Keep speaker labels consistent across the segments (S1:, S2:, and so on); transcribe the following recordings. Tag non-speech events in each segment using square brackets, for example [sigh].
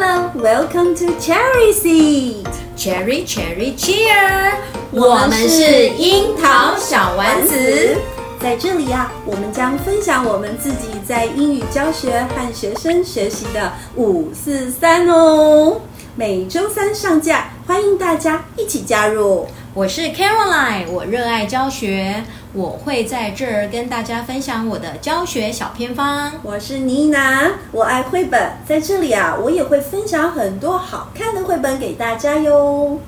S1: Welcome to Cherry Seed，
S2: Cherry Cherry Cheer，
S1: 我
S2: 我
S1: 们
S2: 们
S1: 是
S2: 是樱桃小丸子。，
S1: 在这里呀、我们将分享我们自己在英语教学和学生学习的五四三哦，每周三上架，欢迎大家一起加入。
S2: 我是 Caroline，我热爱教学，我会在这儿跟大家分享我的教学小偏方。
S1: 我是妮娜，我爱绘本，在这里啊，我也会分享很多好看的绘本给大家哟。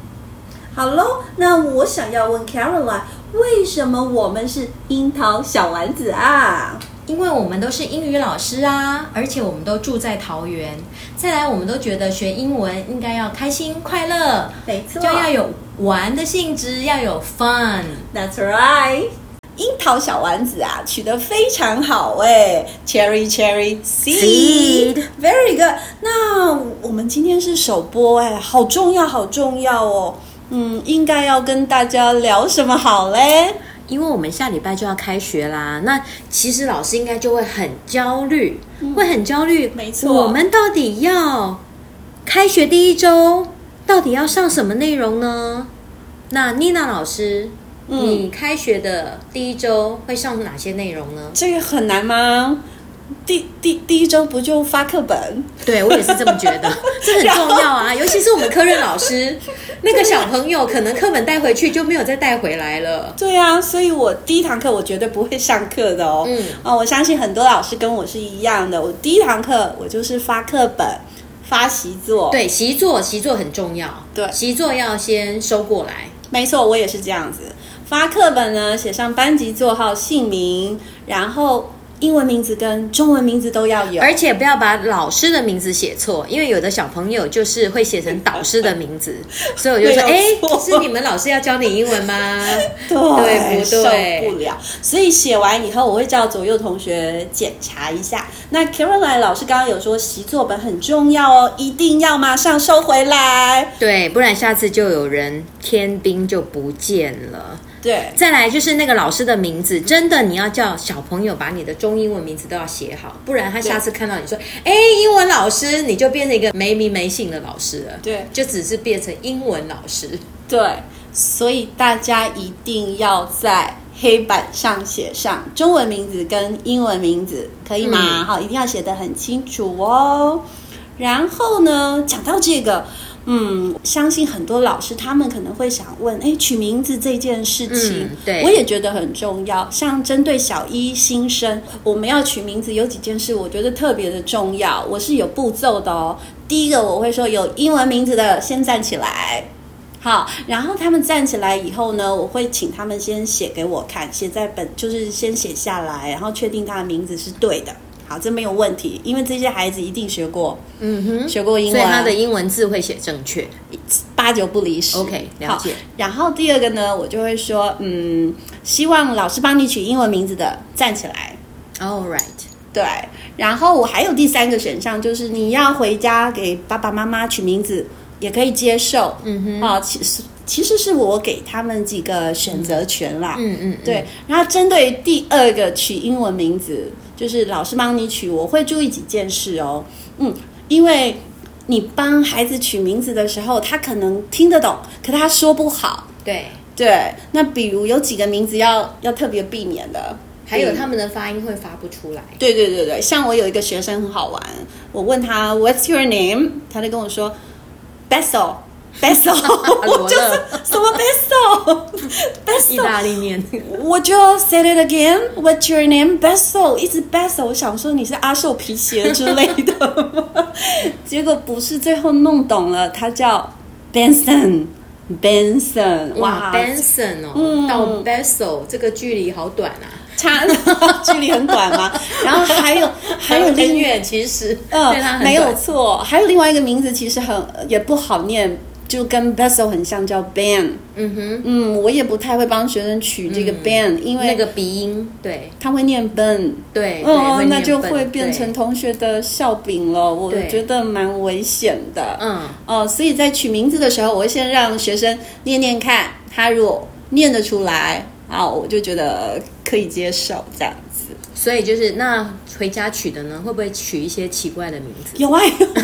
S1: 好喽，那我想要问 Caroline，为什么我们是樱桃小丸子啊？
S2: 因为我们都是英语老师啊，而且我们都住在桃园。再来，我们都觉得学英文应该要开心快乐，
S1: 没错
S2: 就要有玩的性质，要有 fun。
S1: That's right。樱桃小丸子啊，取得非常好哎，Cherry Cherry
S2: Seed
S1: Seed，Very good。那我们今天是首播哎，好重要，好重要哦。嗯，应该要跟大家聊什么好嘞？
S2: 因为我们下礼拜就要开学啦，那其实老师应该就会很焦虑，会很焦虑。
S1: 没错
S2: 我们到底要开学第一周到底要上什么内容呢？那妮娜老师，
S1: 嗯
S2: 你开学的第一周会上哪些内容呢？
S1: 这个很难吗？第第第一周不就发课本？
S2: 对我也是这么觉得， [laughs] 这很重要啊，尤其是我们科任老师，那个小朋友可能课本带回去就没有再带回来了。
S1: 对啊，所以我第一堂课我绝对不会上课的哦。
S2: 嗯
S1: 哦，我相信很多老师跟我是一样的，我第一堂课我就是发课本、发习作。，
S2: 对，习作习作很重要，
S1: 对
S2: 习作要先收过来。
S1: 没错，我也是这样子。发课本呢，写上班级座号、姓名，然后英文名字跟中文名字都要有。
S2: 而且不要把老师的名字写错，因为有的小朋友就是会写成导师的名 [laughs] 字，所以我就说，哎
S1: 没有、错
S2: 是你们老师要教你英文 [laughs] 吗？
S1: 对
S2: 对不对
S1: 受不了。所以写完以后，我会叫左右同学检查一下。那 Caroline 老师刚刚有说习作本很重要哦，一定要马上收回来。
S2: 对，不然下次就有人天兵就不见了。
S1: 对，
S2: 再来就是那个老师的名字，真的你要叫小朋友把你的中英文名字都要写好，不然他下次看到你说，哎、英文老师，你就变成一个没名没姓的老师了。
S1: 对
S2: 就只是变成英文老师。
S1: 对，所以大家一定要在黑板上写上中文名字跟英文名字，可以吗？
S2: 嗯
S1: 好、一定要写得很清楚哦。然后呢，讲到这个。嗯，相信很多老师他们可能会想问，哎，取名字这件事情，
S2: 嗯对
S1: 我也觉得很重要。像针对小一新生，我们要取名字有几件事，我觉得特别的重要，我是有步骤的哦。第一个我会说，有英文名字的先站起来，好，然后他们站起来以后呢，我会请他们先写给我看，写在本就是先写下来，然后确定他的名字是对的。好，这没有问题，因为这些孩子一定学过
S2: 嗯哼，
S1: 学过英
S2: 所以他的
S1: 文，啊
S2: 英文啊字会写正确。
S1: 八九不离十。
S2: OK，了
S1: 好
S2: 解。
S1: 然后第二个呢，我就会说，嗯，希望老师帮你取英文名字的站起来。
S2: All right。
S1: 对，然后我还有第三个选项，就是你要回家给爸爸妈妈取名字，也可以接受。嗯哼，啊、其实其实是我给他们几个选择权啦。
S2: 嗯嗯，嗯，
S1: 对，然后针对第二个取英文名字，就是老师帮你取，我会注意几件事哦。嗯，因为你帮孩子取名字的时候，他可能听得懂，可他说不好。
S2: 对，
S1: 对，那比如有几个名字要要特别避免的，嗯
S2: 还有他们的发音会发不出来。
S1: 对对对对，像我有一个学生很好玩，我问他 What's your name，他就跟我说 Bessel。Bessel，我
S2: [laughs]
S1: [laughs] 就是什么 Bessel，Bessel，
S2: 意大利面，
S1: 我就 said it again. What's your name? Bessel，一直 Bessel，我想说你是阿寿皮鞋之类的吗， [laughs] 结果不是，最后弄懂了，他叫 Benson。Benson，哇
S2: [laughs] 哇，Benson 哦，到 Bessel 这个距离好短啊，
S1: 差距离很短嘛。 [laughs] 然后还有还有
S2: 很
S1: 另外，
S2: 远，其实对它
S1: 嗯，
S2: 很
S1: 没有
S2: 短
S1: 错，还有另外一个名字其实很呃也不好念，就跟 Bessel 很像，叫 Ben。
S2: 嗯哼，
S1: 嗯，我也不太会帮学生取这个 Ben，、因为
S2: 嗯那个鼻音，对
S1: 他会念 Ben。
S2: 对，对
S1: 哦，
S2: 念
S1: 那就
S2: 笨
S1: 会变
S2: 对
S1: 成同学的笑柄了，我
S2: 对
S1: 觉得蛮危险的。
S2: 嗯，
S1: 哦，所以在取名字的时候，我会先让学生念念看，他如果念得出来，啊，我就觉得可以接受这样子。
S2: 所以就是那回家取的呢，会不会取一些奇怪的名字？
S1: 有啊有啊，
S2: [laughs]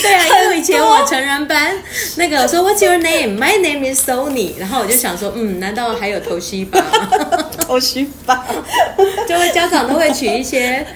S2: 对啊， [laughs] 因为以前我成人班那个我说 What's your name? My name is Sony。然后我就想说，嗯，难道还有头西吧？
S1: 头须 [laughs] 发，
S2: [laughs] 就会家长都会取一些，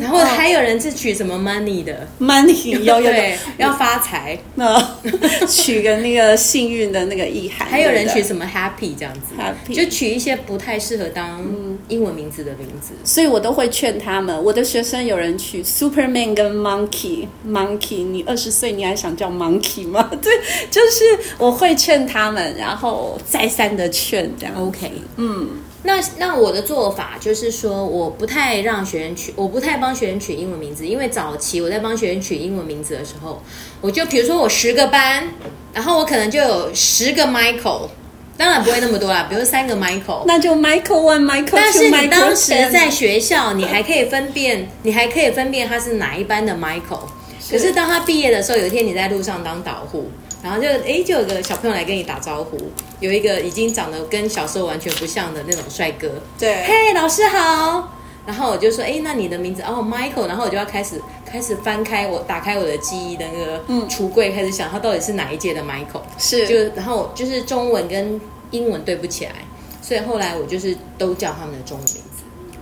S2: 然后还有人是取什么 money 的，
S1: money 有有有
S2: 对，，要发财，
S1: 那 [laughs] 取个那个幸运的那个意涵，
S2: 还有人
S1: 对不
S2: 取
S1: 对
S2: 什么 happy 这样子
S1: Happy 嗯
S2: 就取一些不太适合当英文名字的名字。
S1: 所以我都会劝他们。我的学生有人取 Superman 跟 Monkey Monkey，你二十岁你还想叫 Monkey 吗？ [laughs] 对，就是我会劝他们，然后再三的劝，这样。
S2: OK，嗯，那那我的做法就是说，我不太让学员取，我不太帮学员取英文名字，因为早期我在帮学员取英文名字的时候，我就比如说我十个班，然后我可能就有十个 Michael，当然不会那么多啦，比如三个 Michael。
S1: 那就 Michael One Michael Two
S2: 但是
S1: Michael
S2: 你当时
S1: Ten
S2: 在学校，你还可以分辨，你还可以分辨他是哪一班的 Michael。可是当他毕业的时候，有一天你在路上当导护，然后就诶，就有个小朋友来跟你打招呼，有一个已经长得跟小时候完全不像的那种帅哥，
S1: 对
S2: 嘿，老师好。然后我就说，诶，那你的名字哦，Michael。然后我就要开始开始翻开我打开我的记忆的那个橱柜，开始想他到底是哪一届的 Michael。
S1: 是
S2: 就然后就是中文跟英文对不起来，所以后来我就是都叫他们的中文名字。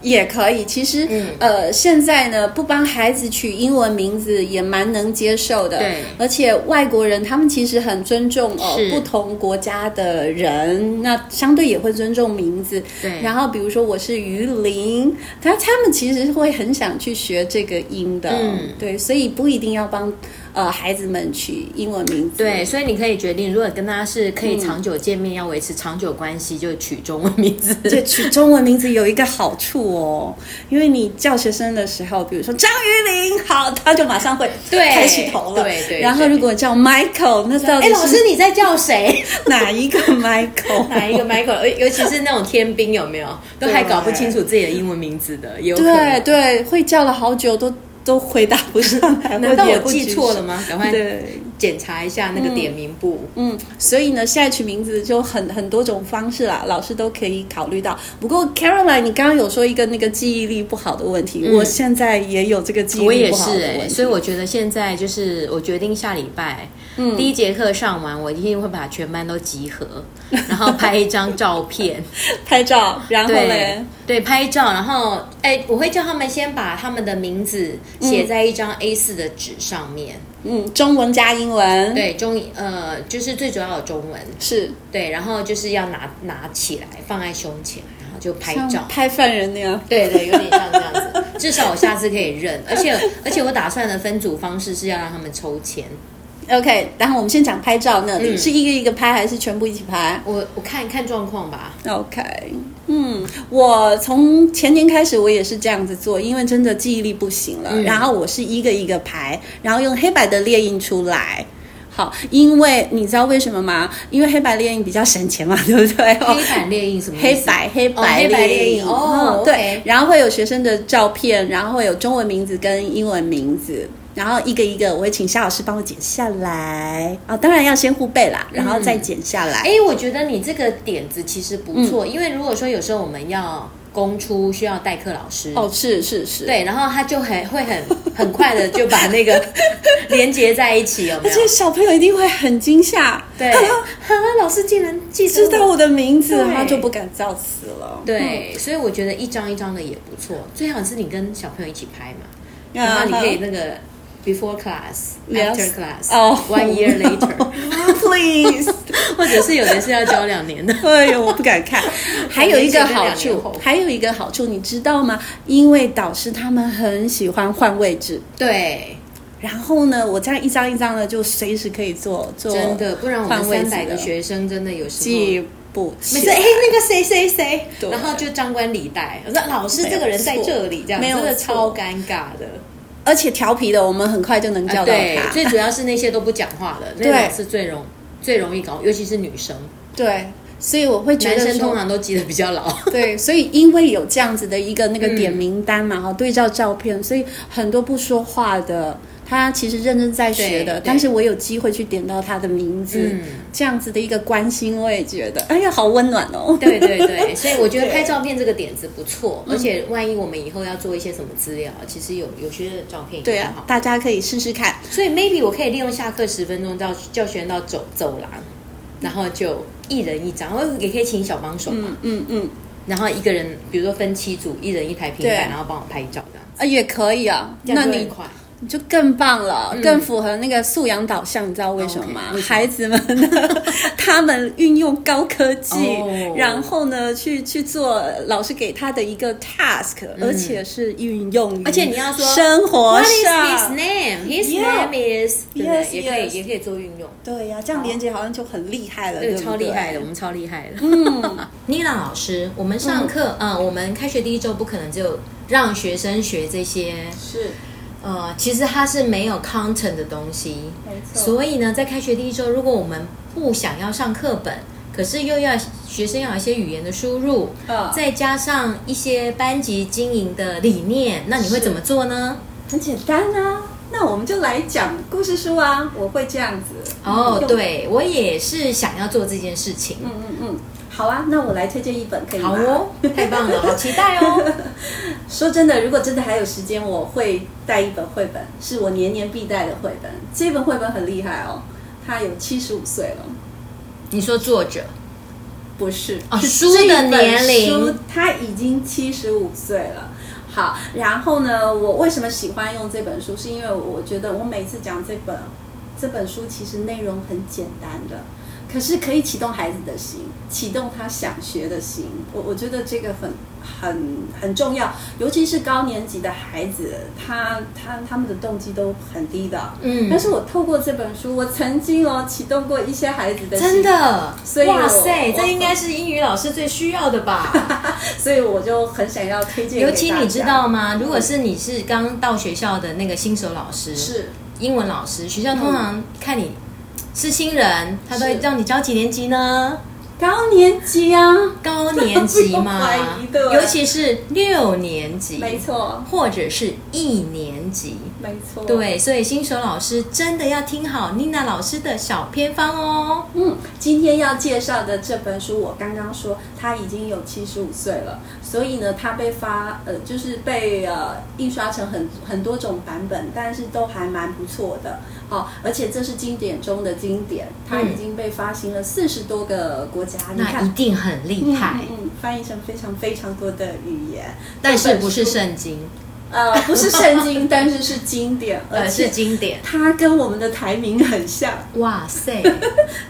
S1: 也可以。其实、
S2: 嗯
S1: 呃，现在呢，不帮孩子取英文名字也蛮能接受的。
S2: 对
S1: 而且外国人他们其实很尊重哦
S2: 是
S1: 不同国家的人，那相对也会尊重名字。
S2: 对
S1: 然后比如说我是于林，他他们其实会很想去学这个音的。
S2: 嗯
S1: 对，所以不一定要帮呃孩子们取英文名字。
S2: 对，所以你可以决定，如果跟他是可以长久见面，要维持长久关系，就取中文名字。
S1: [laughs] 对，取中文名字有一个好处哦，因为你叫学生的时候，比如说张鱼林，好，他就马上会
S2: 对
S1: 开起头了。
S2: 对对
S1: 然后
S2: 对
S1: 如果叫 Michael，那到
S2: [laughs] 哎，
S1: 底
S2: 老
S1: 是
S2: 师你在叫谁？
S1: [laughs] 哪一个 Michael？
S2: 哪一个 Michael？尤尤其是那种天兵有没有，都还搞不清楚自己的英文名字的，也有
S1: [laughs]
S2: 可
S1: 对
S2: 能。
S1: 对，会叫了好久都都回答不上来，
S2: [laughs] 难道
S1: 或者也
S2: 我
S1: 不
S2: 记
S1: 举
S2: 错
S1: 手
S2: 了？吗？赶快
S1: 对。
S2: 检查一下那个点名簿。
S1: 嗯，所以呢，现在取名字就很很多种方式啦，老师都可以考虑到。不过 Caroline，你刚刚有说一个那个记忆力不好的问题，我现在也有这个记忆
S2: 我
S1: 力
S2: 也
S1: 不好
S2: 是
S1: 的
S2: 哎、
S1: 问题，
S2: 所以嗯我觉得现在就是我决定下礼拜，第一节课上完，我一定会把全班都集合，然后拍一张照片，
S1: 拍照，然后嘞
S2: 对，对，拍照，然后哎、我会叫他们先把他们的名字写在一张 A 4的纸上面，
S1: 嗯，中文加英文，，
S2: 对，中呃就是最主要有中文，
S1: 是
S2: 对，然后就是要拿拿起来放在胸前，然后就拍照
S1: 像。拍犯人那样，
S2: 对对，有点像这样子。至少我下次可
S1: [laughs]
S2: 以认，而且而且我打算的分组方式是要让他们抽签，
S1: OK，然后我们先讲拍照那里，
S2: 嗯
S1: 是一个一个拍还是全部一起拍
S2: 我我看看状况吧。
S1: ？OK，嗯，我从前年开始我也是这样子做，因为真的记忆力不行
S2: 嗯
S1: 了，然后我是一个一个排，然后用黑白的列印出来。好，因为你知道为什么吗？因为黑白列印比较省钱嘛， [laughs] 对不对？
S2: 黑板列印什么意
S1: 哦黑
S2: 思？
S1: 白黑
S2: 哦
S1: 白
S2: 黑
S1: 列
S2: 白列
S1: 印
S2: 印哦
S1: 嗯
S2: OK
S1: 对，然后会有学生的照片，然后会有中文名字跟英文名字，然后一个一个我会请夏老师帮我剪下来啊、当然要先互背
S2: 嗯
S1: 啦，然后再剪下来。
S2: 哎，我觉得你这个点子其实不错，
S1: 嗯
S2: 因为如果说有时候我们要公出需要代课老师，
S1: 哦，是是是，，
S2: 对，然后他就很会很很快的就把那 [laughs] 个连接在一起，有没
S1: 而且
S2: 有？
S1: 小朋友一定会很惊吓，
S2: 对，
S1: 啊
S2: 哈，老师竟然记
S1: 知道
S2: 我。嗯
S1: 我的名字，
S2: 对
S1: 他就不敢造次了。嗯
S2: 对，所以我觉得一张一张的也不错，最好是你跟小朋友一起拍嘛，
S1: 嗯，
S2: 然后你可以
S1: 好
S2: 那个 before class、
S1: Yes
S2: after class、
S1: 哦
S2: one year later，
S1: [laughs]
S2: [laughs]
S1: ，please。
S2: 或者是有的是要教两年的。
S1: [laughs] 哎呦，我不敢
S2: [laughs]
S1: 看。还有一个好
S2: 两年
S1: 处
S2: 后，
S1: 还有一个好处，你知道吗？因为导师他们很喜欢换位置，
S2: 对，
S1: 然后呢，我这样一张一张的就随时可以做做，
S2: 真的，不然我们
S1: 换位置
S2: 三百
S1: 的
S2: 个学嗯生真的有时候。
S1: 记不起
S2: 每
S1: 来。
S2: [laughs] 次哎，那个谁谁谁
S1: 对，
S2: 然后就张冠李戴。我说老师，
S1: 没有
S2: 这个人在
S1: 错
S2: 这里，这样
S1: 没有
S2: 真的
S1: 错
S2: 超尴尬的。
S1: 而且调皮的，我们很快就能叫到
S2: 啊对，
S1: 他。
S2: 最主要是那些都不讲话
S1: [laughs]
S2: 的，
S1: 对
S2: 那种是最容最容易搞，尤其是女生，
S1: 对，所以我会觉
S2: 男
S1: 得
S2: 生通
S1: 说，
S2: 常都记得比较 [laughs] 牢。
S1: [laughs] 对，所以因为有这样子的一个那个点名单嘛，哈、对照照片，所以很多不说话的。他其实认真在学
S2: 对
S1: 的，
S2: 对
S1: 但是我有机会去点到他的名字，
S2: 嗯
S1: 这样子的一个关心，我也觉得，哎呀，好温暖哦。
S2: 对对对，所以我觉得
S1: 对嗯
S2: 拍照片这个点子不错，而且万一我们以后要做一些什么资料，其实有有些照片
S1: 对
S2: 也很
S1: 啊
S2: 好，。
S1: 大家可以试试看。
S2: 所以 maybe 我可以利用下课十分钟到教学员到走走廊，然后就一人一张，我也可以请小帮手嘛。
S1: 嗯嗯嗯，
S2: 然后一个人，比如说分七组，一人一台平板，
S1: 对
S2: 然后帮我拍照这样。
S1: 啊，也可以啊。
S2: 这样
S1: 那
S2: 就很
S1: 你
S2: 快，
S1: 你就更棒了，
S2: 嗯
S1: 更符合那个素养导哦向，你知道为什么吗
S2: OK，为什么
S1: 孩子们呢，他们运用高科技
S2: 哦
S1: 然后呢，去去做老师给他的一个 task，、而且是运用于，
S2: 而且你要说
S1: 生活
S2: What is his
S1: 上。
S2: name? His
S1: Yeah.
S2: name is，对不
S1: Yes,
S2: 对？也可以
S1: yes.
S2: 也可以做运用，
S1: 对呀、这样连接好像就很厉害了，对
S2: 对，
S1: 不对
S2: 超厉害的，我。们超厉害的。 [laughs]
S1: 嗯，
S2: 妮娜老师，我们上课，嗯、我们开学第一周不可能就让学生学这些，
S1: 是
S2: 呃，其实它是没有 content 的东西，
S1: 没错。
S2: 所以呢，在开学第一周，如果我们不想要上课本，可是又要学生要有一些语言的输入，
S1: 啊，
S2: 再加上一些班级经营的理念，那你会
S1: 是
S2: 怎么做呢？
S1: 很简单啊。那我们就来讲故事书啊，我会这样子。
S2: 哦，
S1: 用，
S2: 对我也是想要做这件事情。
S1: 嗯嗯嗯，好啊，那我来推荐一本可以吗？
S2: 好哦，太
S1: [laughs]
S2: 棒了，好期待哦！
S1: 说真的，如果真的还有时间，我会带一本绘本，是我年年必带的绘本。这本绘本很厉害哦，它有七十五岁了，
S2: 你说作者
S1: 不是
S2: 哦
S1: 是
S2: 书的
S1: 这本
S2: 年龄
S1: 书它已经七十五岁了。好，然后呢，我为什么喜欢用这本书？是因为我觉得我每次讲这本这本书，其实内容很简单的，可是可以启动孩子的心，启动他想学的心。我我觉得这个很很很重要，尤其是高年级的孩子，他他他们的动机都很低的。
S2: 嗯
S1: 但是我透过这本书，我曾经哦启动过一些孩子的心，
S2: 真的，
S1: 所以我
S2: 哇塞，
S1: 我
S2: 这应该是英语老师最需要的
S1: [laughs]
S2: 吧？
S1: 所以我就很想要推荐给
S2: 尤
S1: 大家。
S2: 其你知道吗？如果是你是刚到学校的那个新手老师，
S1: 是
S2: 英文老师，学校通常看你是新人，他都会
S1: 是
S2: 让你教几年级
S1: [laughs]
S2: 呢？
S1: 高年级啊，
S2: 高年级嘛
S1: 不用怀疑，对
S2: 尤其是六年级，
S1: 没错，
S2: 或者是一年级。
S1: 没错，，
S2: 对，所以新手老师真的要听好妮娜老师的小偏方哦。
S1: 嗯，今天要介绍的这本书，我刚刚说它已经有七十五岁了，所以呢，它被发呃，就是被呃印刷成很很多种版本，但是都还蛮不错的。好、而且这是经典中的经典，它已经被发行了四十多个国家，你
S2: 嗯那一
S1: 看。
S2: 定很厉害，
S1: 嗯嗯，翻译成非常非常多的语言，
S2: 但是不
S1: 这本
S2: 是
S1: 书
S2: 圣经，
S1: [laughs] 呃，不是圣经， [laughs] 但是是经典，而
S2: 而呃是
S1: 且 [laughs]
S2: 经典。
S1: 它跟我们的台名很像，
S2: 哇
S1: [laughs]
S2: 塞，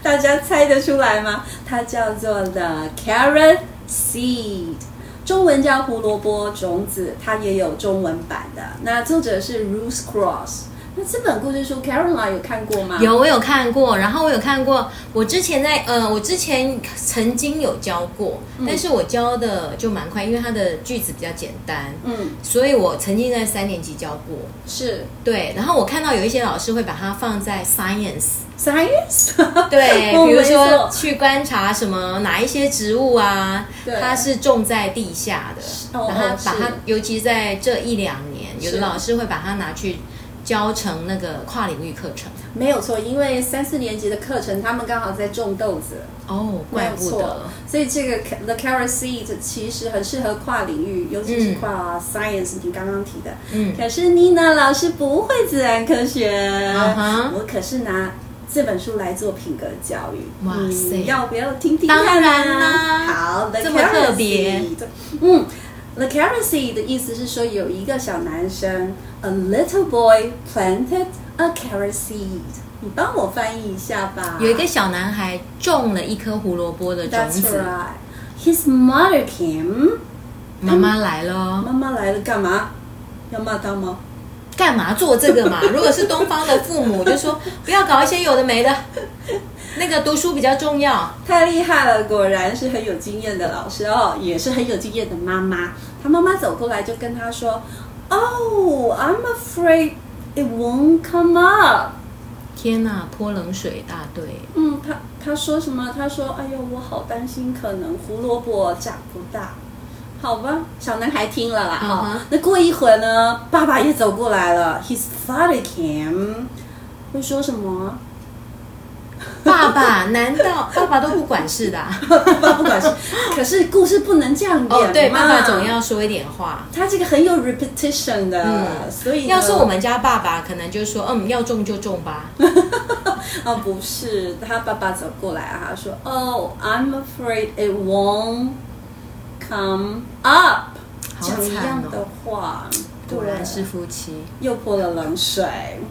S1: 大家猜得出来吗？它叫做 The Carrot Seed，中文叫胡萝卜种子，它也有中文版的。那作者是 Ruth Cross。那这本故事书 Caroline 有看过吗？，
S2: 有我有看过，然后我有看过，我之前在呃，我之前曾经有教过，
S1: 嗯
S2: 但是我教的就蛮快，因为它的句子比较简单，
S1: 嗯，
S2: 所以我曾经在三年级教过。
S1: 是
S2: 对，然后我看到有一些老师会把它放在 science，。
S1: Science
S2: [laughs] 对，
S1: [laughs] 哦
S2: 比如
S1: 没
S2: 说
S1: 错
S2: 去观察什么哪一些植物啊，
S1: 对
S2: 它是种在地下的，
S1: 哦
S2: 然后
S1: 哦
S2: 把它
S1: 是，
S2: 尤其在这一两年，有的
S1: 是
S2: 老师会把它拿去教成那个跨领域课程。
S1: 没有错，因为三四年级的课程，他们刚好在种豆子，
S2: 哦，
S1: 没
S2: 怪
S1: 有
S2: 不
S1: 错
S2: 得。。
S1: 所以这个 ca- The Carrot Seed 其实很适合跨领域，尤其是跨 science，、你刚刚提的。
S2: 嗯
S1: 可是妮娜老师不会自然科学
S2: 啊哈
S1: 我可是拿这本书来做品格教育。
S2: 哇塞
S1: 你要不要听听看、啊？
S2: 当然啦
S1: 好，The
S2: 这么
S1: Carrot
S2: 特别
S1: Seed，嗯。The carrot seed 的意思是说，有一个小男生，a little boy planted a carrot seed。你帮我翻译一下吧。
S2: 有一个小男孩种了一颗胡萝卜的种
S1: That's
S2: 子，
S1: right. His mother came.
S2: 妈妈来了，
S1: 妈妈来了，干嘛？要骂他吗？
S2: 干嘛做这个
S1: [laughs]
S2: 嘛？如果是东方的父母，就说不要搞一些有的没的，那个读书比较重要。
S1: 太厉害了，果然是很有经验的老师哦，也是很有经验的妈妈。他妈妈走过来就跟他说：“Oh, I'm afraid it won't come up。”
S2: 天哪，泼冷水大队，
S1: 嗯，他他说什么？他说：“哎呦，我好担心，可能胡萝卜长不大。”好吧，小男孩听了啦。
S2: 嗯
S1: 哦
S2: 哼
S1: 那过一会儿呢，爸爸也走过来了。His father came，会说什么？
S2: 爸爸，难道爸爸都不管事的、啊？
S1: 爸爸不管事。 [laughs] 可是故事不能这样演
S2: [laughs] 哦，对，
S1: 嘛
S2: 爸爸总。要说一点话。
S1: 他这个很有 repetition 的，
S2: 嗯
S1: 所以呢
S2: 要是我们家爸爸，可能就说，嗯，要种就种吧。
S1: [laughs] 哦，不是，他爸爸走过来啊，他说哦、oh,，I'm afraid it won't come up，
S2: 好
S1: 讲一
S2: 惨
S1: 样的
S2: 哦，
S1: 话，
S2: 果然
S1: 对
S2: 是夫妻，
S1: 又泼了冷水，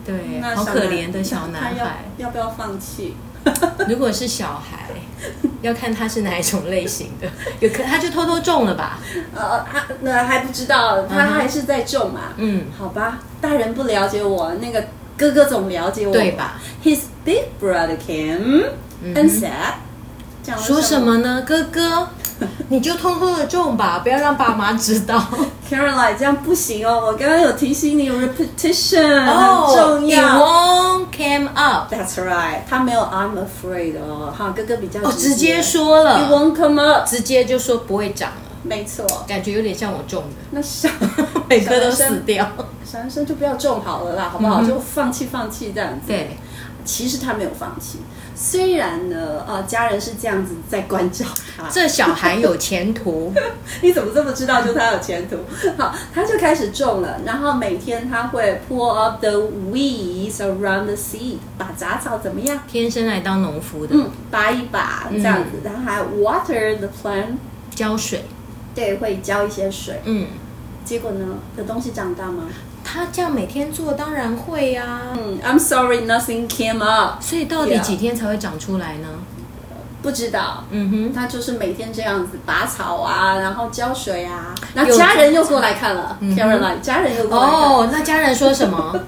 S2: 对，
S1: 那
S2: 好
S1: 小
S2: 可
S1: 男
S2: 怜的小
S1: 那
S2: 男
S1: 他要
S2: 孩。
S1: 要不要放弃？ [laughs]
S2: 如果是小孩，要看他是哪一种类型的，有可他就偷偷种了吧？
S1: 呃，他那还不知道，他
S2: 嗯哼
S1: 还是在种嘛。
S2: 嗯，
S1: 好吧，大人不了解我，那个哥哥总了解我，
S2: 对？吧？
S1: His big brother came
S2: 嗯
S1: and
S2: 哼
S1: said，讲了
S2: 说什么呢？哥哥，你就偷偷的种吧，不要让爸妈知 [laughs] 道。
S1: Caroline，这样不行哦！我刚刚有提醒你，repetition、很
S2: 哦，
S1: 重
S2: it
S1: 要。
S2: won't came up。
S1: That's right，他没有 I'm afraid 哦，好，哥哥比较
S2: 哦，直接说
S1: You
S2: 了，
S1: won't come up，
S2: 直接就说不会长了，
S1: 没错。
S2: 感觉有点像我种的，
S1: 那小
S2: [laughs] 每个都死掉。
S1: 小男生就不要种好了啦，好不好？
S2: 嗯哼
S1: 就放弃放弃这样子。，
S2: 对，
S1: 其实他没有放弃，虽然呢，呃，家人是这样子在关照他。
S2: [laughs] 这小孩有前途。
S1: [laughs] 你怎么这么知道？就他有前途。 [laughs] 好，他就开始种了，然后每天他会 pull up the weeds around the seed，把杂草怎么样？
S2: [laughs] 天生来当农夫的，
S1: 嗯，拔一拔
S2: 嗯
S1: 这样子，然后还 water the plant，
S2: 浇水，
S1: 对，会浇一些水。
S2: 嗯，
S1: 结果呢，有东西长大吗？
S2: 他这样每天做当然会呀、啊。
S1: 嗯，I'm sorry, nothing came up。
S2: 所以到底
S1: Yeah
S2: 几天才会长出来呢？
S1: 不知道，
S2: 嗯哼，
S1: 他就是每天这样子拔草啊，然后浇水啊。那
S2: 有
S1: 家人又过来看了
S2: 嗯哼
S1: ，Caroline，家人又过来看了。
S2: 哦，那家人说什么？ [laughs]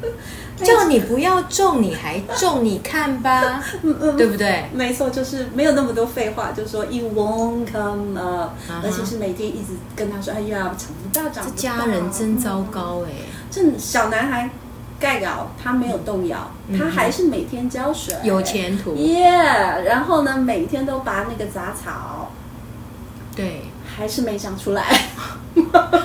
S2: 叫你不要种，你还种，你看 [laughs] 吧，
S1: 嗯嗯
S2: 对不对？
S1: 没错，就是没有那么多废话，就说 it won't come up，、
S2: 啊哈
S1: 而且是每天一直跟他说，哎呀，长不大，长不
S2: 这
S1: 大。
S2: 家人真糟糕哎、
S1: 这小男孩盖稿，他没有动摇，
S2: 嗯
S1: 他还是每天浇水，
S2: 有前途 [laughs]
S1: 耶然后呢，每天都拔那个杂草，
S2: 对，
S1: 还是没长出来。 [laughs]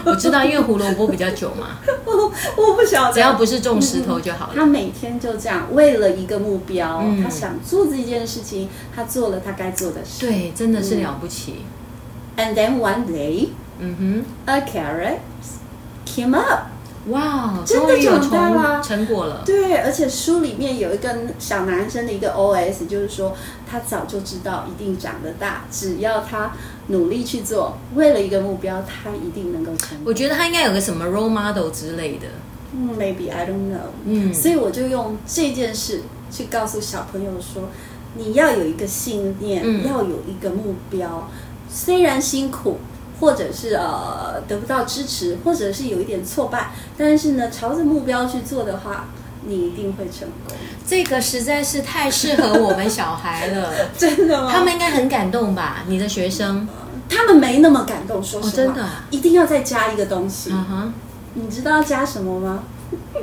S2: 我知道，因为胡萝卜比较久 [laughs] 嘛，
S1: 我我不晓得，
S2: 只要不是种石头就好了。
S1: 他每天就这样，为了一个目标，
S2: 嗯
S1: 他想做这件事情，他做了他该做的事。
S2: 对，真的是了不起。
S1: And then one day,
S2: 嗯
S1: a carrot came up.
S2: 哼，哇，
S1: 真的
S2: 终于有
S1: 长大
S2: 成
S1: 了
S2: 成果了。
S1: 对，而且书里面有一个小男生的一个 OS，就是说他早就知道一定长得大，只要他努力去做，为了一个目标，他一定能够成功。
S2: 我觉得他应该有个什么 role model 之类的。
S1: 嗯，maybe I don't know。
S2: 嗯，
S1: 所以我就用这件事去告诉小朋友说，你要有一个信念，
S2: 嗯
S1: 要有一个目标，虽然辛苦。或者是呃得不到支持，或者是有一点挫败，但是呢，朝着目标去做的话，你一定会成
S2: [laughs]
S1: 功。
S2: 这个实在是太适合我们小孩
S1: [laughs]
S2: 了，
S1: 真的吗？
S2: 他们应该很感动吧？你的学生，
S1: 他们没那么感动，说实
S2: 哦，
S1: 话，
S2: 真的啊，
S1: 一定要再加一个东西。
S2: 嗯哼，
S1: 你知道要加什么吗？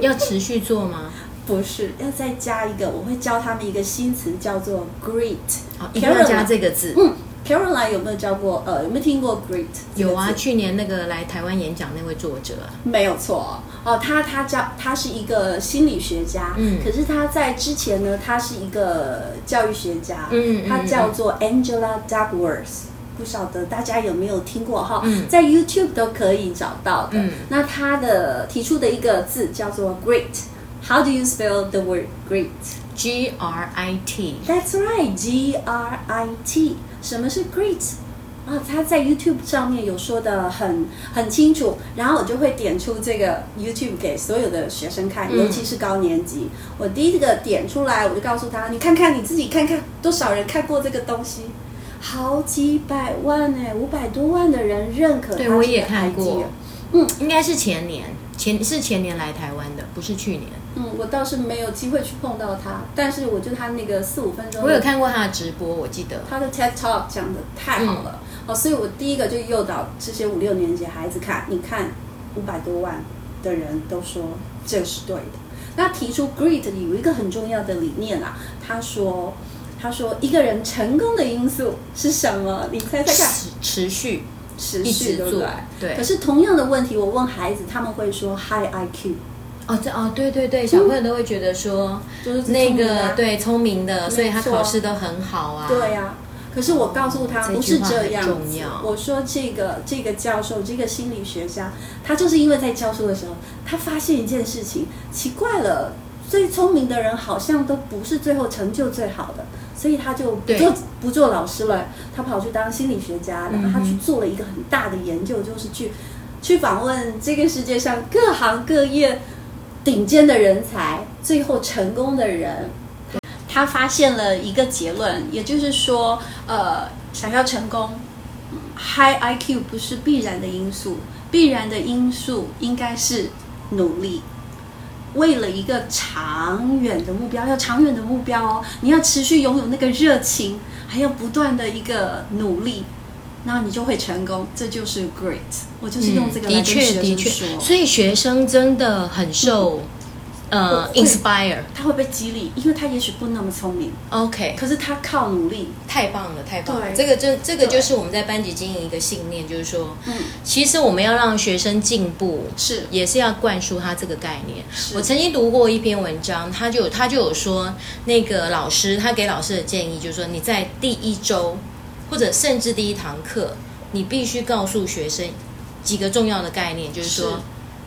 S2: 要持续做吗？
S1: 不是，要再加一个，我会教他们一个新词，叫做 great。
S2: 哦，一定要加这个字。
S1: 嗯，Caroline 有没有教过？呃，有没有听过 great？这个
S2: 有啊，
S1: 字
S2: 去年那个来台湾演讲那位作者啊，
S1: 没有错哦，他他教他是一个心理学家，
S2: 嗯
S1: 可是他在之前呢，他是一个教育学家，
S2: 嗯嗯
S1: 他叫做 Angela Duckworth。不晓得大家有没有听过哈，
S2: 嗯
S1: 在 YouTube 都可以找到的。
S2: 嗯
S1: 那他的提出的一个字叫做 great。How do you spell the word great?
S2: G R I T，
S1: That's right, G R I T。什么是 great？啊，他在 YouTube 上面有说的很很清楚，然后我就会点出这个 YouTube 给所有的学生看，
S2: 嗯
S1: 尤其是高年级。我第一个点出来，我就告诉他，你看看你自己看看，多少人看过这个东西。好几百万哎、五百多万的人认可他这
S2: 对
S1: 个啊 idea。
S2: 我也看过，应该是前年，前是前年来台湾的，不是去年。
S1: 嗯，我倒是没有机会去碰到他，但是我就他那个四五分钟的，
S2: 我有看过他的直播，我记得。
S1: 他的 TED Talk 讲的太
S2: 嗯
S1: 好了、哦，所以我第一个就诱导这些五六年级的孩子看，你看五百多万的人都说这是对的。那提出 Great 有一个很重要的理念啊，他说他说一个人成功的因素是什么？你猜猜看，
S2: 持持续
S1: 持
S2: 一
S1: 续，
S2: 直
S1: 对不
S2: 做
S1: 对？，
S2: 对
S1: 可。是同样的问题，我问孩子，他们会说 high IQ，
S2: 哦，这哦，对对对，小朋友都会觉得说、
S1: 就是
S2: 那
S1: 聪明的啊
S2: 个对聪明的，所以他
S1: 没错
S2: 考试都很好啊。
S1: 对呀、可是我告诉他
S2: 这
S1: 不
S2: 句
S1: 是
S2: 话
S1: 这
S2: 很
S1: 样
S2: 重
S1: 子
S2: 要。
S1: 我说这个这个教授，这个心理学家，他就是因为在教书的时候，他发现一件事情，奇怪了，最聪明的人好像都不是最后成就最好的，所以他就不
S2: 对
S1: 做不做老师了，他跑去当心理学家，然后他去
S2: 嗯哼
S1: 做了一个很大的研究，就是去去访问这个世界上各行各业顶尖的人才，最后成功的人。他发现了一个结论，也就是说，呃，想要成功嗯，high IQ 不是必然的因素，必然的因素应该是努力。为了一个长远的目标，要长远的目标哦，你要持续拥有那个热情，还要不断的一个努力，那你就会成功。这就是 great，我就是用这个来
S2: 嗯的
S1: 跟学
S2: 确的
S1: 生
S2: 确，
S1: 说，嗯
S2: 所以学生真的很受、呃
S1: 会
S2: inspire。
S1: 他会被激励，因为他也许不那么聪明，
S2: OK，
S1: 可是他靠努力，
S2: 太棒了，太棒了！
S1: 对
S2: 这个这这个
S1: 对
S2: 就是我们在班级经营一个信念，就是说，
S1: 嗯，
S2: 其实我们要让学生进步，
S1: 是
S2: 也是要灌输他这个概念。
S1: 是
S2: 我曾经读过一篇文章，他就他就有说，那个老师他给老师的建议就是说，你在第一周或者甚至第一堂课，你必须告诉学生几个重要的概念，就是说
S1: 是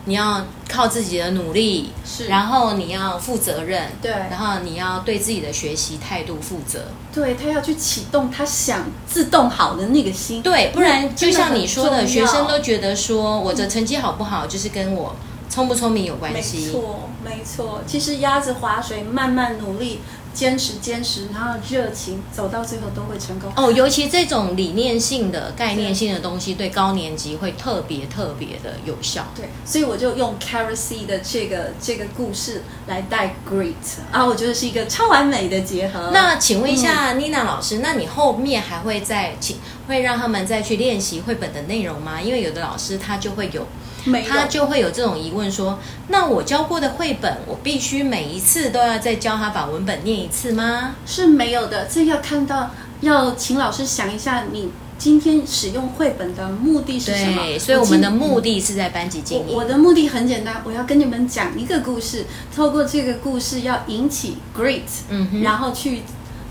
S2: 你要靠自己的努力，
S1: 是
S2: 然后你要负责任，
S1: 对
S2: 然后你要对自己的学习态度负责，
S1: 对他要去启动他想自动好的那个心，
S2: 对，不然就像你说的，
S1: 真的很重
S2: 学
S1: 要
S2: 生都觉得说我的成绩好不好，就是跟我聪不聪明有关
S1: 没
S2: 系。
S1: 错，没错。其实鸭子划水，慢慢努力，坚持坚持，然后热情，走到最后都会成功。
S2: 哦，尤其这种理念性的、概念性的东西，对高年级会特别特别的有效。
S1: 对，所以我就用 c a r a s y 的这个这个故事来带 Great 啊，我觉得是一个超完美的结合。
S2: 那请问一下妮娜老师，那你后面还会再请会让他们再去练习绘本的内容吗？因为有的老师他就会有，
S1: 没有
S2: 他就会有这种疑问说，那我教过的绘本，我必须每一次都要再教他把文本念一次吗？
S1: 是没有的，这要看到，要请老师想一下，你今天使用绘本的目的是什么？
S2: 对，所以我们的
S1: 今
S2: 目的是在班级经
S1: 我
S2: 营
S1: 我。的目的很简单，我要跟你们讲一个故事，透过这个故事要引起 great，、
S2: 嗯哼，
S1: 然后去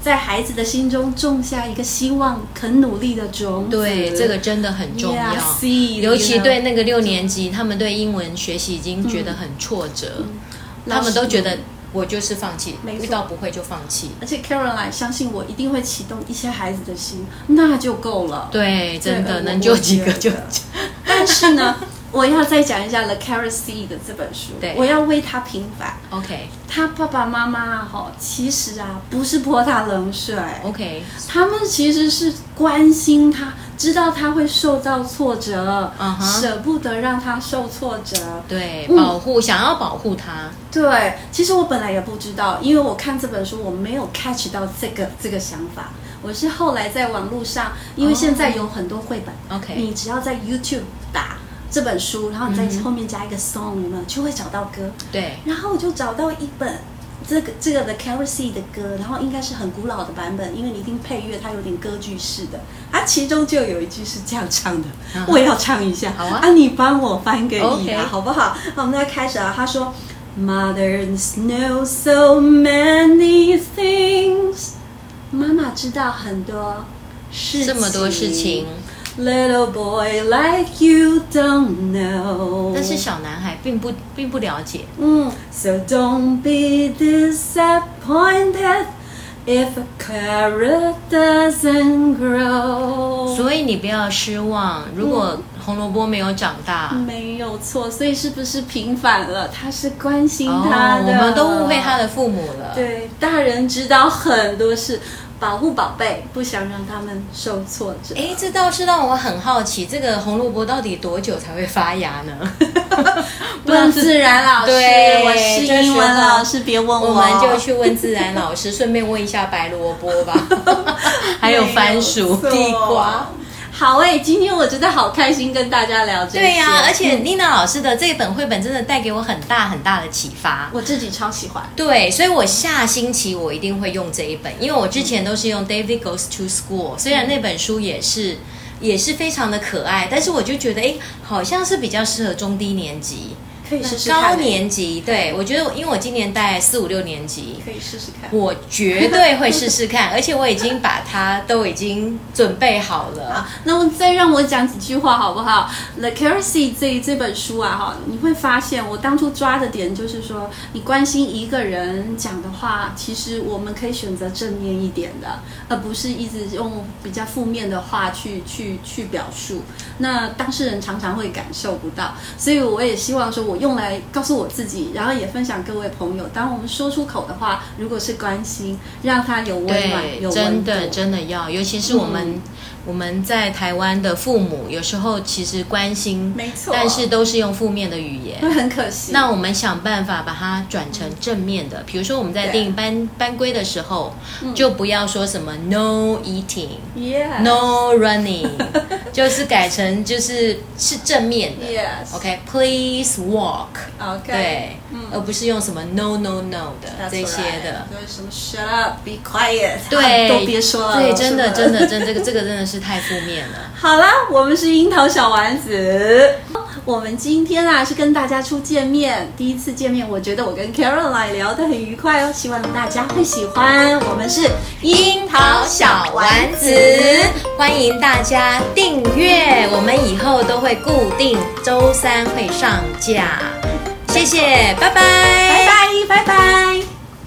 S1: 在孩子的心中种下一个希望、肯努力的种子。
S2: 对，这个真的很重要。
S1: Yeah, see,
S2: 尤其
S1: you know
S2: 对那个六年级，他们对英文学习已经觉得很挫折，他们都觉得我就是放弃
S1: 没，错
S2: 遇到不会就放弃。
S1: 而且 Caroline 相信我，一定会启动一些孩子的心，那就够了。
S2: 对，真
S1: 对
S2: 的
S1: 我
S2: 能救几个就
S1: 我觉得但是呢，我要再讲一下《The c a r a s y 的这本书，
S2: 对
S1: 我要为他平反。
S2: [laughs] OK
S1: 他爸爸妈妈哈，其实啊，不是泼他冷水，
S2: OK
S1: 他们其实是关心他，知道他会受到挫折
S2: 嗯哼
S1: 舍不得让他受挫折。
S2: 对，
S1: 嗯
S2: 保护想要保护他，
S1: 对，其实我本来也不知道，因为我看这本书，我没有 catch 到这个这个想法。我是后来在网络上，因为
S2: 哦
S1: 现在有很多绘本
S2: OK 嗯
S1: 你只要在 YouTube 打这本书，然后你在后面加一个 song，有没有就会找到歌。
S2: 对
S1: 然后我就找到一本这个这个的 c a r a s y 的歌，然后应该是很古老的版本，因为你一定配乐，它有点歌剧式的。它其中就有一句是这样唱的，
S2: 嗯
S1: 我也要唱一下。
S2: 好啊
S1: 你帮我翻给你啊
S2: OK
S1: 好不好？好，我们再开始啊。他说，Mothers know so many things，妈妈知道很多事情，
S2: 这么多事情，。
S1: Little boy like you don't know，
S2: 但是小男孩并不并不了解。
S1: 嗯，So don't be disappointed if a carrot doesn't grow。
S2: 所以你不要失望，如果红萝卜没有长大，
S1: 没有错，所以是不是平反了？他是关心他
S2: 哦，
S1: 的，
S2: 我们都误会他。的父母了。
S1: 对，大人知道很多事，保护宝贝，不想让他们受挫折。
S2: 哎，这倒是让我很好奇，这个红萝卜到底多久才会发芽呢？
S1: 问自然老师，
S2: 对
S1: 我是
S2: 这时
S1: 英文
S2: 候
S1: 老师，别问我。
S2: [laughs] 我们就去问自然老师，顺便问一下白萝卜吧，还有番薯、
S1: 没有错
S2: 地瓜。。
S1: 好诶、今天我觉得好开心跟大家聊这些。
S2: 对呀、而且
S1: 嗯
S2: 妮娜老师的这本绘本真的带给我很大很大的启发。
S1: 我自己超喜欢。
S2: 对，所以我下星期我一定会用这一本，因为我之前都是用《David Goes to School》，虽然那本书也是。也是非常的可爱，但是我就觉得，哎，好像是比较适合中低年级。
S3: 可以试试看、
S2: 高
S1: 欸
S2: 年级，对我觉得，因为我今年带四五六年级，
S3: 可以试试看。
S2: 我绝对会试试看，而且我已经把它都已经准备好了。
S1: 那么再让我讲几句话好不好？《The Currency》这这本书啊，哈，你会发现我当初抓的点就是说，你关心一个人讲的话，其实我们可以选择正面一点的，而不是一直用比较负面的话去去去表述。那当事人常常会感受不到，所以我也希望说我用来告诉我自己，然后也分享各位朋友，当我们说出口的话，如果是关心，让它有温暖，有
S2: 对，
S1: 温
S2: 真
S1: 度。
S2: 的真的要，尤其是我们、我们在台湾的父母，有时候其实关心，
S3: 没错
S2: 但是都是用负面的语言。
S1: 会很可 [laughs] 惜。
S2: 那我们想办法把它转成正面的，比如说我们在
S3: 对
S2: 定班班规的时候，就不要说什么 no eating、
S1: Yeah.
S2: no running，就是改成就是是正面的。
S3: Yes
S2: OK，please、walk，
S3: OK，
S2: 对，嗯而不是用什么 no no no 的
S3: That's
S2: 这些
S3: right
S2: 的。
S3: 就是什么 shut up, be quiet。
S1: [laughs]
S2: 对，
S1: 都别说了
S2: 对，
S1: 是
S2: 真的，
S1: 吧
S2: 真的，真的这个这个真的是太负面了。
S1: 好啦，我们是樱桃小丸子。我们今天啊是跟大家初见面，第一次见面，我觉得我跟 Caroline 聊得很愉快哦，希望大家会喜欢。我们是
S2: 樱桃小丸子，欢迎大家订阅，我们以后都会固定周三会上架，谢谢，拜拜
S1: 拜拜拜拜。